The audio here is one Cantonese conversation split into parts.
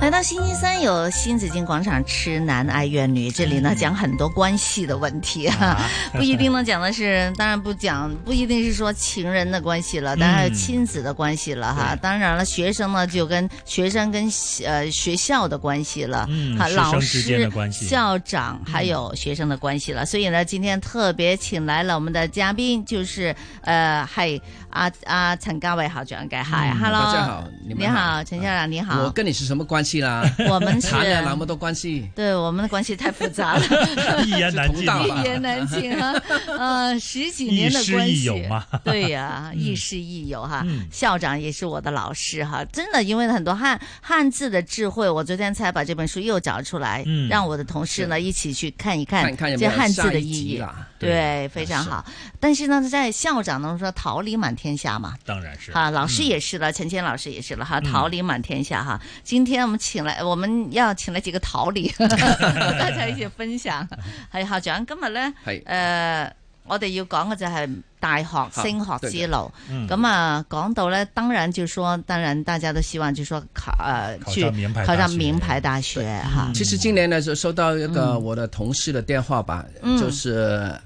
来到星期三，有新紫金广场痴男爱怨女，这里呢讲很多关系的问题啊， 不一定呢讲的是，当然不讲，不一定是说情人的关系了，当然还有亲子的关系了哈。对当然了，学生呢就跟学生跟呃学校的关系了，嗯哈，师生老之间师的关系校长还有学生的关系了。所以呢，今天特别请来了我们的嘉宾，就是呃，系阿阿陈家伟校长嘅，系，hello，大家好你你们好，陈校长你好我。跟你是什么关系啦？ 我 们是谈了那么多关系，对我们的关系太复杂 了， 一言难尽是同道一吧嘛，言难尽 哈。呃，十几年的关亦系，师亦友嘛对嗯呀、亦师亦友哈。嗯校长也是我的老师哈，真的，因为很多汉汉字的智慧，我昨天才把这本书又找出来，嗯让我的同事呢一起去看一看看有没这有汉字下的一意集义。啦。对，非常好。但是呢，在校长当中说“桃李满天下”嘛，当然是。嗯啊，老师也是了，陈谦老师也是了哈，桃李满天下哈。今天我们请来，我们要请来几个桃李， 同大家一起分享。係校長，今日咧，係誒，我哋要講嘅就係大學升學之路。嗯咁啊，講到咧，當然就說，當然大家都希望就說考誒考去上名牌考大嗯上學名牌大學哈。其实今年呢，就收到一个我的同事的电话吧，嗯就是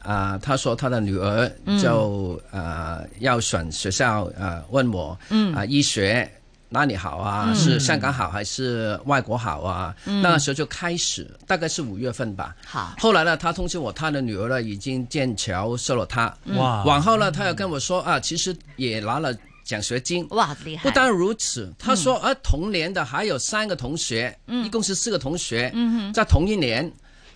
啊、呃他说他的女儿嗯就啊、呃要选学校，呃，问我，嗯啊、医学哪里好啊？嗯是香港好还是外国好啊？那时候就开始，大概是五月份吧。好，后来呢，他通知我，他的女儿呢已经剑桥收了他。嗯啊哇往后呢，他又跟我说啊，其实也拿了奖学金。哇，厲害！不单如此，他说，而同年的还有三个同学，一共是四个同学，在同一年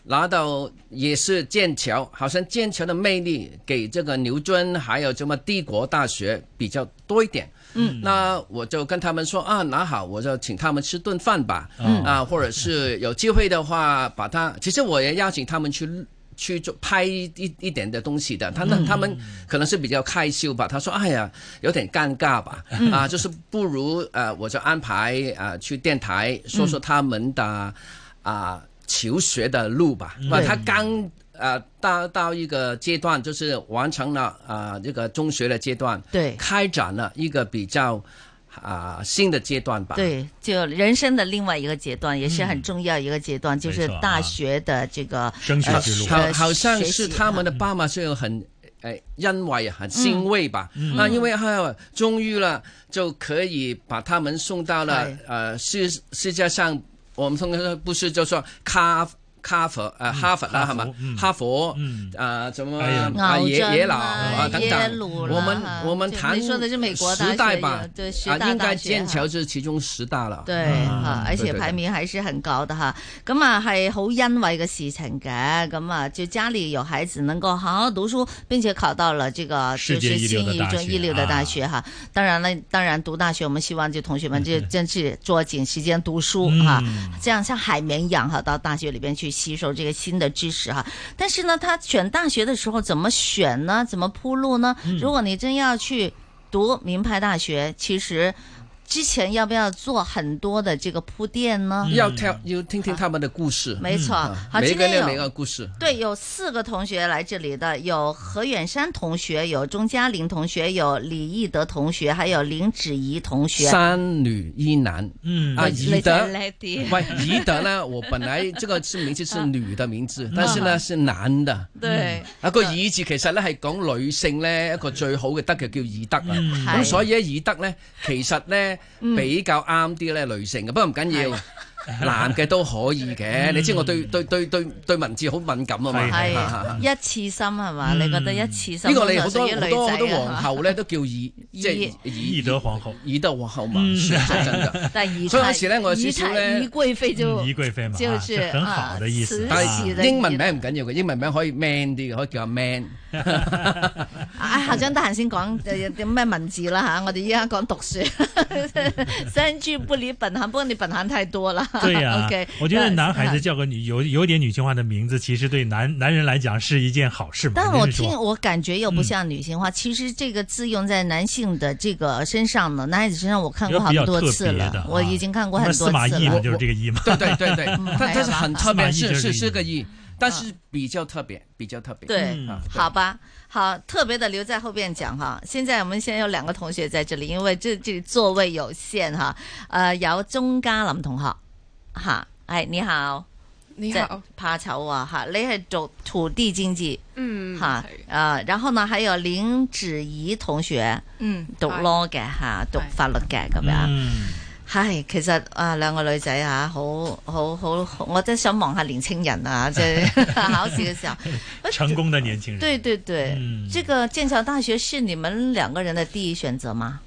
拿到也是剑桥，好像剑桥的魅力给这个牛津还有什么帝国大学比较多一点。嗯，那我就跟他们说啊，那好，我就请他们吃顿饭吧。嗯啊，或者是有机会的话，把他，其实我也邀请他们去去做拍一一点的东西的，他那他们可能是比较害羞吧。他说：“哎呀，有点尴尬吧，啊，就是不如呃，我就安排啊、呃去电台说说他们的啊、求学的路吧。那、他刚呃到到一个阶段，就是完成了啊、呃这个中学的阶段，對开展了一个比较啊、新的阶段吧。，对，就人生的另外一个阶段，也是很重要一个阶段，就嗯没是错啊大学的这个升学呃之路学好，好像学习是他们的爸妈是有很。呃，欣慰啊，很欣慰吧。嗯那因为还有，终于了，就可以把他们送到了对呃世世界上，我们通常说不是就说哈哈佛呃哈佛啦，哈是佛吗嗯？哈佛嗯啊什么哎呀啊牛耶津耶老啊啊等耶等鲁，啦我们哈我们就谈你说的是美国大学十大吧有对十啊，大应大该学剑哈桥是其中十大了。對嗯嚇，而且對對對排名還是很高的哈。咁啊係好欣慰嘅事情嘅，咁啊就家裡有孩子能夠好好讀書，並且考到了這個就是世界一流心的儀大中學一啊流的大學哈。當然了，當然讀大學，我們希望就同學們 就真是抓緊時間讀書嗯哈，這樣像海綿一樣哈，到大學裡邊去吸收這個新的知識哈。但是呢，他選大學的時候怎麼選呢？怎麼鋪路呢？嗯如果你真要去读名牌大学，其实之前要不要做很多的这个铺垫呢？要听要听听他们的故事。嗯没错，啊好，每今个人天有每有个故事。对有四个同学来这里的，有何远山同学，有钟嘉玲同学，有李义德同学，还有林芷怡同学。三女一男，嗯啊，你宜德你才，叻啲喂，宜德呢？我本来这个是名字是女的名字，但是呢是男的。对，啊個宜字其實咧係講女性咧一個最好嘅德嘅叫宜德啊，係咁所以咧宜德咧其實咧比較啱啲咧女性嘅，不過唔緊要。 男嘅都可以嘅，你知我對對對對對文字好敏感啊嘛，係啊啊啊系一次心系嘛？你觉得一次心呢個你好就屬多於好女多好仔啊多嘅皇后咧都叫宜，即係懿宜德皇后，宜德皇后嘛，是真真嘅。但係儀所以有態時咧我有儀少態少咧儀貴妃就嗯仪贵妃嘛，就啊是很好的意思啊啊慈禧但係英文名唔緊要嘅，英文名可以 man 啲嘅，可以叫阿 man。啊啊，校長得閒先講誒啲咩文字啦嚇，我哋依家講讀書， 三句不離本行，不過你本行太多了。啊对呀、 OK，嗯我觉得但男孩子。叫个女有有点女性化的名字，其实对男男人来讲是一件好事嘛。但我就是听说我感觉又不像女性化，其实这个字用在男性的这个身上呢，男孩子身上我看过有比很较多特次别了，的啊我已经看过那很么司多次马懿嘛，了。就是这个懿嘛。对对对对，还但但有是吧很特司马懿别，就是是是一是个个意，但是比较特别，比较特别。对嗯啊好吧，好，特别的留在后边讲哈。现在我们现在有两个同学在这里，因为这这座位有限哈。呃，有钟嘉林同學吓，係你好，你即係好，怕醜啊吓，你係做土地經濟嗯，吓，係呃，然後呢，還有林芷怡同學嗯，讀係 law 嘅吓，讀係法律嘅咁樣。嗯，係，其實啊，兩個女仔啊，好好好，好我真係想望下年青人啊，即係考試嘅時候。成功的年轻人。对对对，嗯这个剑桥大学是你们两个人的第一选择吗？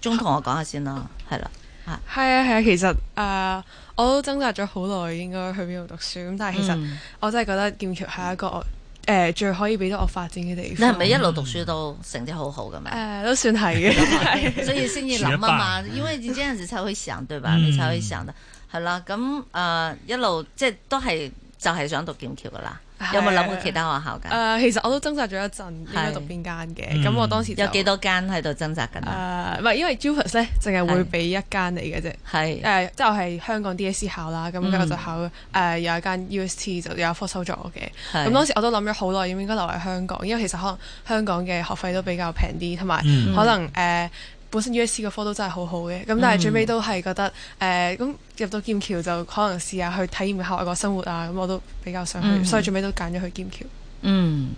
中同我講下先哦啦，係啦，係啊係啊，其實誒、呃我都掙扎咗好耐，應該去邊度讀書咁，但係其實嗯我真係覺得劍橋係一個誒、呃最可以俾到我發展嘅地你係方。咪一路讀書都成績好好嘅嘛？呃都算係嘅，所以先至諗啊嘛，因為你這樣子才會想對吧？嗯嗯你才會想的，係啦，咁誒、呃一路即係都係就係想讀劍橋噶啦， 有冇諗過其他學校誒、㗎？呃其實我都掙扎咗一陣，應該係讀邊間嘅。嗯咁、我當時就有幾？多間喺度掙扎緊誒、啊？唔係，因為 Jupas 咧，淨係會係俾一間你嘅啫。係、嗯誒，即係我係香港 DSE 考啦，咁跟住我就考誒有一間 UST 就有一科修咗我嘅。係咁當時我都諗咗好耐，應唔應該留喺香港，因為其實可能香港嘅學費都比較平啲，同埋嗯可能誒、呃本身 USC 嗰科都真係好好嘅，咁但係最尾都係覺得誒咁、入到劍橋就可能試下去體驗下外國生活啊，咁我都比較想去，嗯所以最尾都揀咗去劍橋。嗯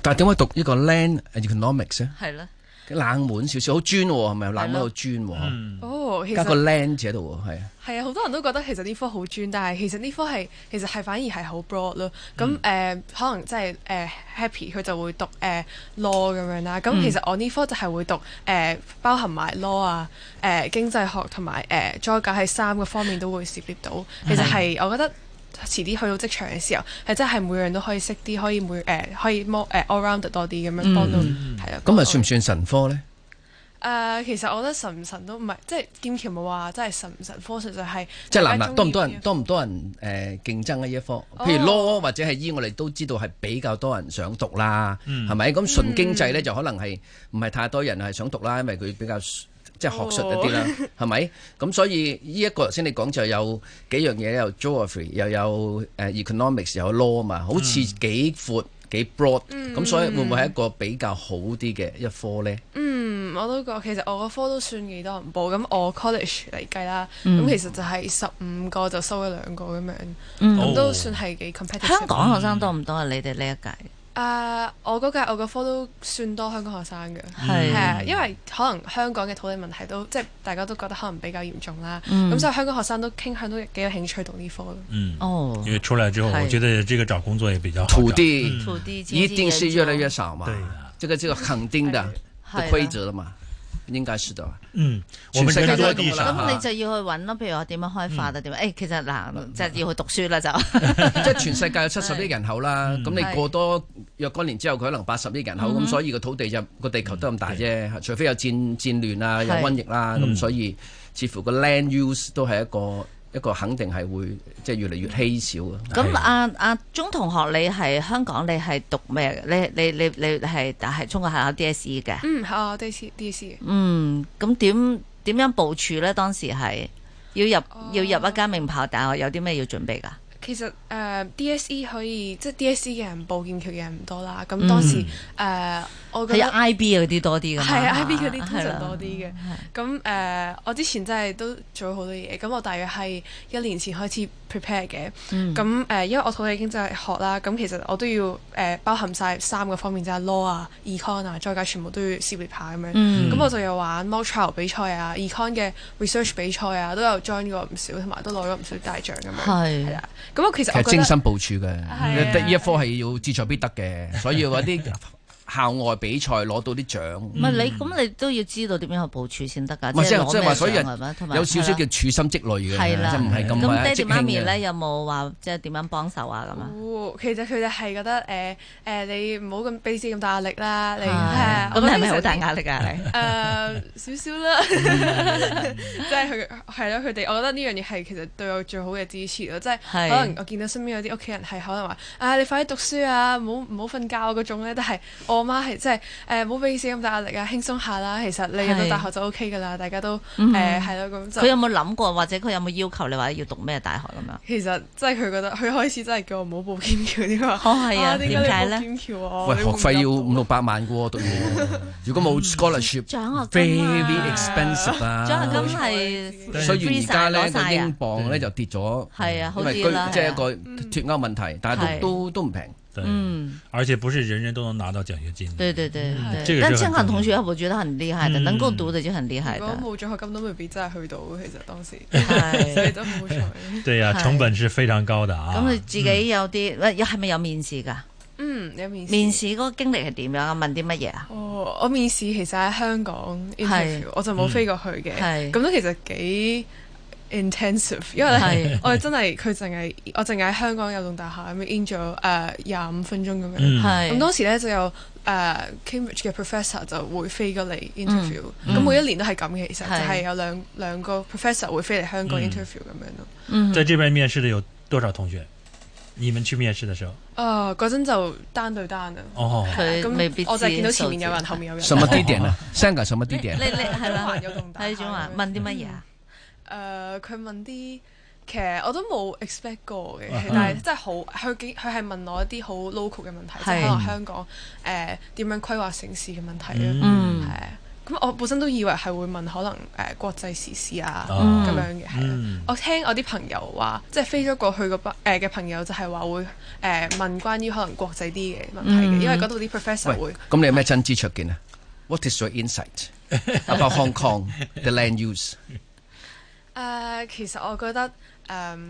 但係點解讀呢個 land economics 咧？係啦，冷門少少，好專喎，係咪？冷門係好咯專喎，嗯，哦，其加個實 land 字喺度喎，係啊。係啊，好多人都覺得其實呢科好專，但係其實呢科係其實係反而係好 broad 咯。咁誒、呃可能即係誒 happy 佢就會讀誒、呃 law 咁樣啦。咁其實我呢科就係會讀誒、呃包含埋 law 啊、誒、經濟學同埋誒災教喺三個方面都會涉獵到。其實係我覺得。遲啲去到職場嘅時候，係真係每樣都可以識啲，可以每誒、呃可以 more 誒、呃 all round 多啲咁樣幫到，係啊、咁啊，幫算到唔算神科咧？誒、呃其實我覺得神唔神都唔係，即係劍橋冇話真係神唔神科，純粹係即係大難唔家難？多唔中多意人？多唔多人誒、呃、競爭呢一科？譬如 law 哦或者係醫，我哋都知道係比較多人想讀啦，嗯係咪、咁純經濟咧就可能係唔係太多人係想讀啦，因為佢比較即係學術 一啲啦，係咪、咁所以呢一個頭先你講就有幾樣嘢，有 geography，又有誒、呃 economics，又有 law 嘛，好似幾闊。幾 broad，咁、所以會唔會係一個比較好啲嘅一科呢？嗯，我都覺其實我嗰科都算幾多人報，咁我 college 嚟計啦，咁、嗯其實就係十五個就收咗兩個咁樣，咁、嗯哦都算係幾 competitive。香港學生多唔多啊？你哋呢一屆誒、我嗰屆我個科都算多香港學生嘅，係係啊，因為可能香港嘅土地問題都即係大家都覺得可能比較嚴重啦，咁、嗯所以香港學生都傾向都幾有興趣讀呢科咯。嗯，哦，因为出来之后，嗨我觉得这个找工作也比较好找。土地、嗯土地經濟一定是越來越研究少嘛对呀，這個這個肯定的係啦的規則了嘛，應該是的吧。嗯，我们全世人界多都地咁少啦啊咁你就要去揾咯，譬如話點樣開發啊，點樣？誒，其實嗱，即係要去讀書啦，就即係全世界有七十億人口啦，咁你過多若干年之後，佢可能八十億人口，咁所以個土地就個地球都咁大啫，除非有戰戰亂啊，有係瘟疫啦，嗯咁所以似乎個 land use 都係一個一個肯定係會即係越嚟越稀少啊嘅。咁阿阿鐘同學，你係香港，你係讀咩嘅？你你你你係但係中國係考 DSE E 嘅，嗯，係啊，DSE DSE 嗯，咁點點樣部署咧？當時係要哦入要入一間名校大學，有啲咩要準備㗎？其實誒、呃 DSE 可以即係 DSE 嘅人報劍橋嘅人唔多啦，咁當時誒、呃我嗯覺係得。 IB 嗰啲多啲㗎嘛，係啊，IB 嗰啲通係啦常多啲嘅。咁誒、呃我之前真係都做咗好多嘢，咁我大約係一年前開始 prepare 嘅。咁誒、嗯呃因為我土地經濟學啦，咁其實我都要誒、呃包含晒三個方面，即係 law 啊、econ 啊、再加全部都要涉獵下咁樣。咁、嗯我就有玩 mock trial 比賽啊、econ 嘅 research 比賽啊，都有 join 過唔少，同埋都攞咗唔少大獎咁樣。係係啦，咁我其其實我實覺得精心部署嘅，啊呢一科係要志在必得嘅，所以嗰啲校外比賽攞到啲獎。唔係你咁，你都要知道點樣去部署先得㗎，咪即即係係攞即係咩話，所以獎人係咪？同埋有少少係啦叫處心積係慮嘅，啦即係唔係咁咁話爹即哋興媽咪嘅咧有冇話即係點樣幫手啊咁啊？哦其實佢哋係覺得誒誒、呃呃你唔好咁俾自己咁大壓力啦，嗯你係啊係咁你我覺得 係咪好其實大你壓力啊？你誒少少啦， 即係佢係咯，佢哋我覺得呢樣嘢係其實對我最好嘅支持咯，即係係可能我見到身邊有啲屋企人係可能話啊你快啲讀書啊，唔好唔好瞓覺嗰種咧，但係我媽係即係誒唔好俾自己咁大壓力啊，輕鬆下啦，其實你入係到大學就 O K 噶啦，大家都嗯誒係咯咁佢有就。冇諗過或者佢有冇要求你話要讀咩大學咁樣？其實即係佢覺得，佢開始真係叫我唔好報劍橋啲話，哦係啊點解你點解報咧劍橋啊？喂，你學會唔費要入到啊五六百萬嘅 喎，讀完如果冇 scholarship。獎學金啊 very expensive 啊！獎學金係所以而家咧 free 晒攞個晒啊英鎊咧就跌咗，係啊，好因為啲啦佢，即係係一啊個脱歐問題，但係都都都唔平。 对，嗯，而且不是人人都能拿到奖学金的。對對對嗯對這個是但很香港重要同學我覺得很厲害的，嗯能夠讀的就很厲害如的果，冇獎學金都未必真係去到嘅，其實當 時，所以係。都好好彩。对呀、是成本是非常高的啊。咁你自己有嗯啲，喂，係咪有面試㗎？嗯，有面試面試嗰個經歷係點樣啊？問啲乜嘢啊？哦，我面試其實喺香港 interview，我就冇飛過去嗯係嘅，咁都其實幾 intensive，因為係咧我真係佢淨係我淨係喺香港有棟大廈咁樣 in 咗誒廿五分鐘咁樣，嗯，咁係當時咧就有誒 Cambridge 嘅 professor 就會飛過嚟 interview，嗯咁每一年都係咁，其實係就係有兩兩個 professor 會飛嚟香港 interview 咁樣咯。嗯在这边面试的有多少同学？你们去面試的時候，啊，嗰陣就單對單啊，哦，佢未必咁我就見到前面有人，知後面有人。什麼啲點啊？香港什麼你啲你點？你係啦中環，有棟大廈係仲話問啲乜嘢啊？呃誒，佢、問啲其實我都冇 expect 過嘅，嗯但係真係好佢幾佢係問我一啲好 local 嘅問題，即係係可能香港誒呃點、樣規劃城市嘅問題啦。嗯係啊咁我本身都以為係會問可能誒、呃國際時事啊咁、哦樣嘅，係啊。嗯我聽我啲朋友話，即係飛咗過去嗰班誒嘅朋友就係話會誒、問關於可能國際啲嘅問題嘅，嗯因為嗰度啲 professor 喂會，咁你有咩真知灼見啊？What is your insight about Hong Kong the land use？誒、呃其實我覺得誒誒、嗯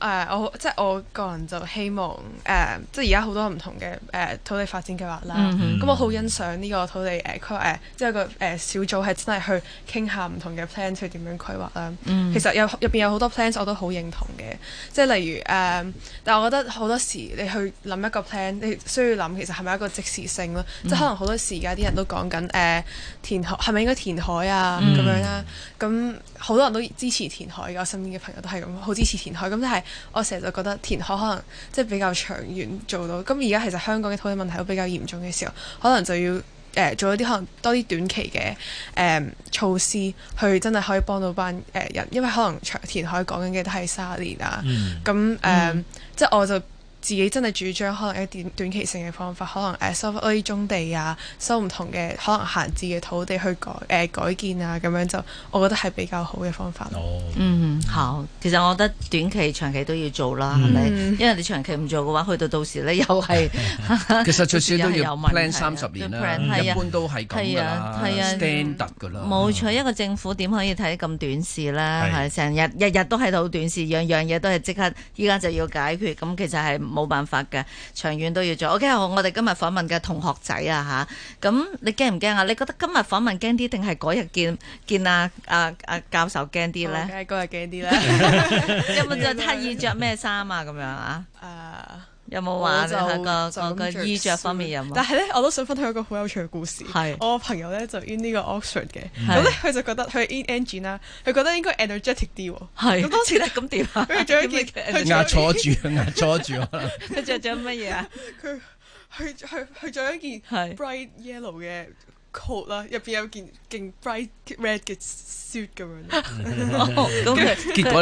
呃我即係我個人就希望誒、即係而家好多唔同嘅誒、呃土地發展計劃啦。嗯哼咁、我好欣賞呢個土地誒規誒，即係個誒、呃小組係真係去傾下唔同嘅 plan 去點樣規劃啦。其實有入邊有好多 plans 我都好認同嘅，即係例如誒、呃但係我覺得好多時你去諗一個 plan，你需要諗其實係咪一個即時性咯，即係可能好多時而家啲人都講緊誒填海係咪應該填海啊咁、樣啦，咁好多人都支持填海嘅，我身邊嘅朋友都係咁好支持填海，咁但係我成日就覺得填海可能即係比較長遠做到，咁而家其實香港嘅土地問題都比較嚴重嘅時候，可能就要。誒、做一啲可能多啲短期嘅誒、呃措施，去真係可以幫到班誒、呃人，因為可能長填海講緊嘅都係沙年啊，嗯咁誒、即係我就自己真係主張可能一啲短短期性嘅方法，可能誒、呃收翻啲棕地啊，收唔同嘅可能閒置嘅土地去改誒、改建啊，咁樣就我覺得係比較好嘅方法咯。哦，嗯，好。其實我覺得短期、長期都要做啦，嗯係咪？因為你長期唔做嘅話，去到到時咧又係其實最少都有要問題 plan 啊三十年啦 plan，，一係啊般都係咁㗎啦係啊，standard 㗎啦。冇錯。一個政府點可以睇咁短視咧？係係成日日日都喺度好短視，樣樣嘢都係即刻依家就要解決，咁其實係冇辦法嘅，長遠都要做。OK，好，我哋今日訪問嘅同學仔啊吓，咁你驚唔驚啊？你覺得今日訪問驚啲定係嗰日見見啊啊啊教授驚啲好咧？梗係嗰日驚啲 啦。有冇就刻意着咩衫啊？咁樣啊？誒有冇話個我就就個咁個着衣着方面有但冇？係咧，我都想分享一個好有趣嘅故事。係我朋友咧就 in 呢個 Oxford 嘅，係咁咧佢就覺得佢 in engine 啦，佢覺得應該 energetic 啲喎。係咁 當時咧，咁點 啊？佢着一件 點佢樣着壓坐住， 壓坐住可能。佢着咗乜嘢 啊？佢去去去咗一件係 bright yellow 嘅 coat 啦，入邊有件勁 bright red 嘅 suit 咁樣 啦，哦咁佢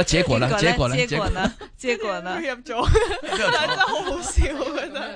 結果咧，結果咧，結果咧，結結果咧，結果果呢呢？結果呢？佢入咗，但係真係好好笑，我覺 得。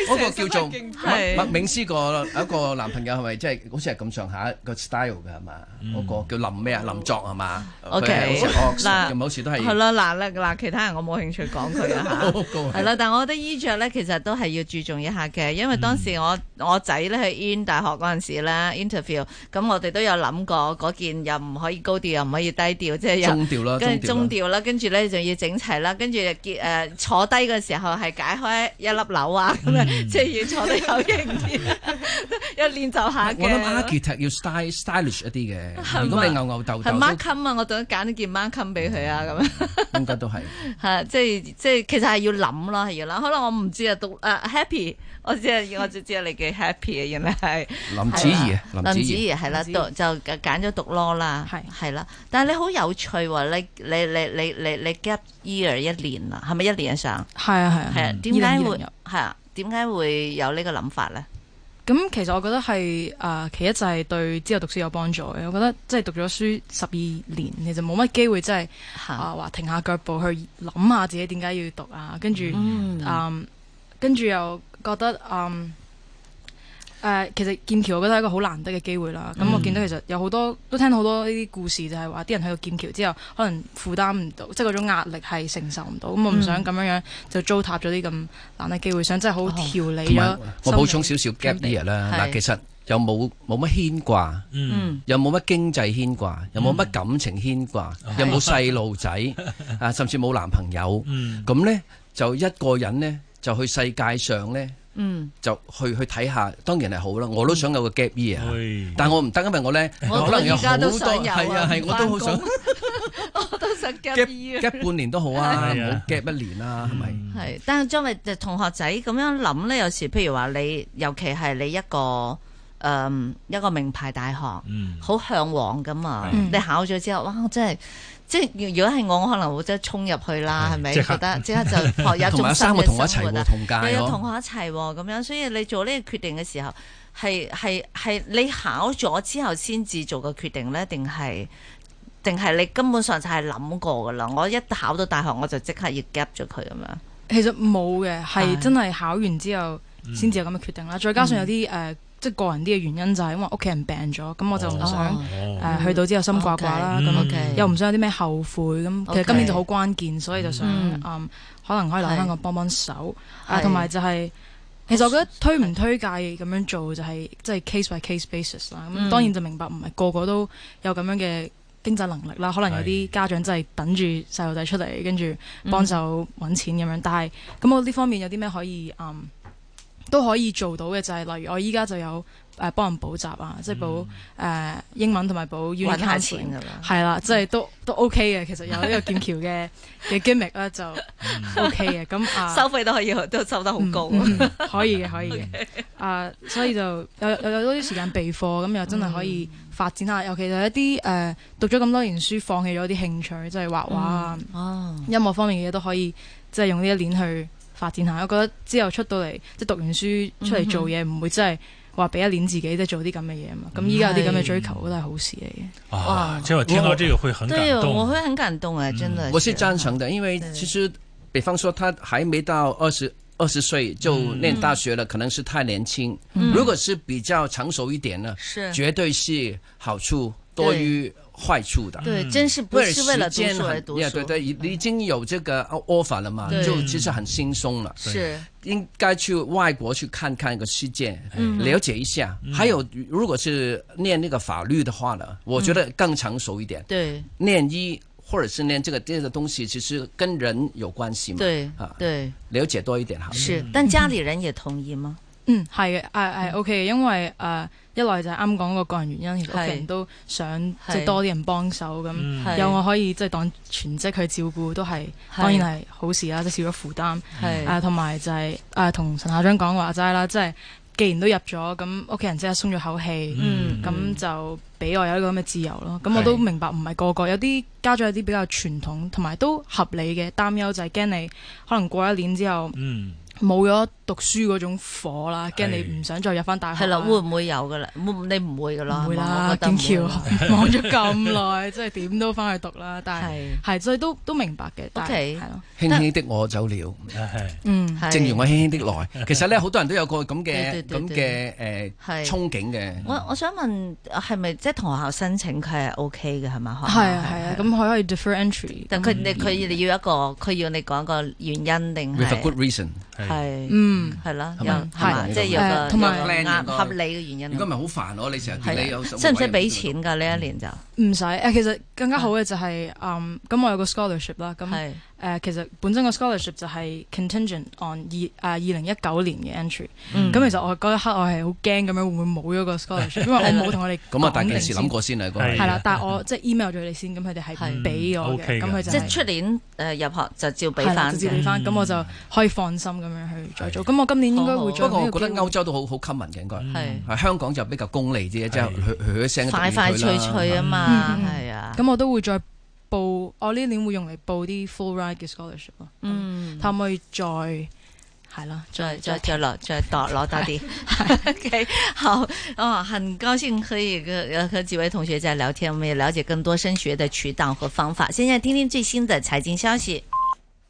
嗰個叫做你成身都係係勁麥明詩個一個男朋友係咪即係好似係咁上下個 style 㗎係嘛？嗰個叫林咩啊？林作係嘛 OK，佢係好似 Ox，嗱咁好似 都係係啦，嗱啦嗱，其他人我冇興趣講佢啊 嚇。嗰個係啦，但嗯我覺得衣着咧，其實都係要注重一下嘅，因為當時我我仔咧去 in 大學嗰陣時時咧 interview，咁我哋都有諗過嗰件又唔可以高調，又唔可以低調，即係又中啊調啦，中跟住中調調啦。啦，跟住咧仲要整齊啦，跟住結誒坐低嘅時候係解開一粒紐啊，嗯咁樣即係要坐得有型啲， 要練習下嘅。我諗 architect 要 style stylish 一啲嘅，係如果你嘛牛牛豆係豆 mark 都嗯 up 啊，我等揀咗件 mark up 俾佢啊，咁樣 應該都係。嚇，即係即係其實係要諗咯，係要諗。可能我唔知啊，讀誒 happy，我只係我只知道你幾 happy 啊，原來係。林子怡啊，林林子子怡怡係啦，林子讀怡就揀咗讀 law 啦，係係啦。但係你好有趣喎，你你你你你你 gap year 一年啊啦，係咪一年以上？係啊係啊，係啊，點二解零二會零入係啊？點解會有呢個諗法咧？咁其實我覺得係誒、呃其一就係對之後讀書有幫助嘅。我覺得即係讀咗書十二年，其實冇乜機會真係嚇，啊話停下腳步去諗下自己點解要讀啊，跟住嗯嗯，跟住又覺得嗯誒、其實劍橋我覺得係一個好難得嘅機會啦。咁、嗯我見到其實有好多都聽到好多呢啲故事，就係話啲人去到劍橋之後，可能負擔唔到，即係嗰種壓力係承受唔到。咁我唔嗯想咁樣樣就糟蹋咗啲咁難得嘅機會，想真係好哦調理同咗埋。我補充心少理少 gap 準備 year 啦，係嗱其實又冇冇乜牽掛，嗯嗯又冇乜經濟牽掛，又冇乜感情牽掛，又冇細路仔啊，甚至冇男朋友，嗯咁呢，就一個人呢，就去世界上呢，嗯，就去去睇下，當然係好啦，我都想有個 gap year 啊。哎但我唔得，因為我咧我可能有而家好都多想有啊係啊係，我都好想唔我都想 gap gap year。 gap 半年都好啊，係唔啊好 gap 一年啊，係咪？係，但係因為就同學仔咁樣諗咧，有時譬如話你，尤其係你一個誒、嗯一個名牌大學，嗯好向往噶嘛。嗯你考咗之後，哇！我真係即係如果係我，我可能會即係衝入去啦，係係咪？即刻覺得即刻 就學有一嗯同埋種新有三個同我一嘅齊生活喎，啊，同又屆有同喎，學一齊喎，咁樣，所以你做呢個決定嘅時候，係係係你考咗之後先至做個決定呢？定係定係你根本上就係諗過噶啦？我一考到大學我就即刻要 gap 咗佢咁樣。其實冇嘅，係係真係考完之後嗯先至有咁嘅決定啦。再加上有啲誒、呃即係個人啲嘅原因，就係因為屋企人病咗，咁我就唔哦想誒、哦呃去到之後心掛掛啦。嗯咁、 OK 又唔想有啲咩後悔咁。其 OK 實今年就好關鍵，所以就想嗯嗯可能可以留係喺香港幫幫手啊，係同埋就係、其實我覺得推唔推介咁樣做就係即係 case by case basis 啦。咁、嗯當然就明白唔係個個都有咁樣嘅經濟能力啦，可能有係啲家長真係等住細路仔出嚟，跟住幫手嗯揾錢咁樣。但係咁我呢方面有啲咩可以嗯都可以做到嘅就係、例如我依家就有誒、呃、幫人補習啊，即係補誒、呃英文同埋補 u 揾 n 嗯下錢咁樣。係啦，即係都都 OK 嘅。其實有呢個劍橋嘅嘅 gimmick 咧就嗯 OK 嘅。咁啊， 收費都可以都收得好高，嗯嗯嗯可以嘅，可以嘅。啊，所以就有有有多啲時間備課，咁又真係可以發展下。尤其係一啲誒讀咗咁多年書，放棄咗啲興趣，即係畫畫啊、哦，音樂方面嘅嘢都可以，即係用呢一年去發展下。我覺得之後出到嚟，即係讀完書出嚟做嘢，唔會真係話俾一年自己即係做啲咁嘅嘢啊嘛。咁依家有啲咁嘅追求都係好事嚟嘅。啊，这我听到这个会很感对，我动。会很感动哎，真的。嗯我是赞成的，因为其实，比方说他还没到二十二十岁就念大学嗯了，可能是太年轻。如果是比较成熟一点呢，是，绝对是好处多于坏处的。对，真是不为是为了嗯了读时间书而很读，呀书，嗯对对，已已经有这个 offer 了嘛对，就其实很轻松了。是，应该去外国去看看个世界，嗯了解一下。还有，如果是念那个法律的话呢，我觉得更成熟一点。对念医或者是念这个这个东西，其实跟人有关系嘛。对嗯啊，对了解多一点好。是。但家里人也同意吗？嗯，係嘅，誒誒 OK 嘅，因為誒、呃一來就係啱講個個人原因，其實屋係企人都想係即係多啲人幫手咁，嗯係有我可以即係當全職去照顧，都係係當然係嗯好事啊啦，即係少咗負擔。啊啊係誒同埋就係誒同陳校長講話齋啦，即係既然都入咗，咁屋企人即刻鬆咗口氣。嗯咁就俾我有一個咁嘅自由咯。咁我都係明白唔係個個，有啲家長有啲比較傳統，同埋都合理嘅擔憂，就係驚你可能過一年之後嗯，冇咗讀書嗰種火啦，驚係你唔想再入翻大學係啊。啦，會唔會有噶啦？會唔你唔會噶啦，唔會我啦，覺得唔劍會橋啦 望咗咁耐，即係點都翻去讀啦。但係係係，所以都都明白嘅。但係 OK 係咯，輕輕的我走了，哎嗯，係正如我輕輕的哎來。其實咧，好多人都有個咁對嘅對咁對嘅係誒憧憬嘅。我我想問係咪即係同學校申請佢係 O K 哦嘅係咪？學校係啊係啊，咁佢可以 defer entry。但佢你佢要一個佢要你講個原因定嗯 With a 係 good reason，哎係嗯，係啦，係有咪係嘛係即係有個誒同埋有個靚啱應該合理嘅原因如。果唔係好煩我，你成日你哎係有啊什麼使唔使位俾唔知道？嗯錢㗎？呢一年就唔使誒，其實更加好嘅就係嗯，咁我有個 scholarship 啦，咁啊係誒其實本身個 scholarship 就係 contingent on 二啊二零一九年嘅 entry，嗯咁其實我嗰一刻我係好驚咁樣會唔會冇咗 個 scholarship，因為我冇同佢哋咁啊，講大定件事哦先諗過先啊，嗰個係係啦，但係我即係 email 咗佢哋先，咁佢哋係係俾我嗯嘅， ，OK 咁嘅佢就即係係出年誒入學就照俾係啦翻直接嘅俾。翻，嗯咁我就可以放心咁樣去再做。咁我今年應該好會再不過我呢個覺機得會歐洲都好好 common 嘅應該。係係香港就比較功利啲，即係佢佢一聲嗯快快脆脆啊嘛，嗯嗯嗯係啊，咁我都會再報，我呢年會用嚟報啲 full ride 嘅 scholarship 咯。咁嗯，可唔可以再係啦？再再再攞再多攞多 啲。OK，好哦，很高興可以跟呃和幾位同學在聊天，我們也了解更多升學的渠道和方法。現在聽聽最新的財經消息。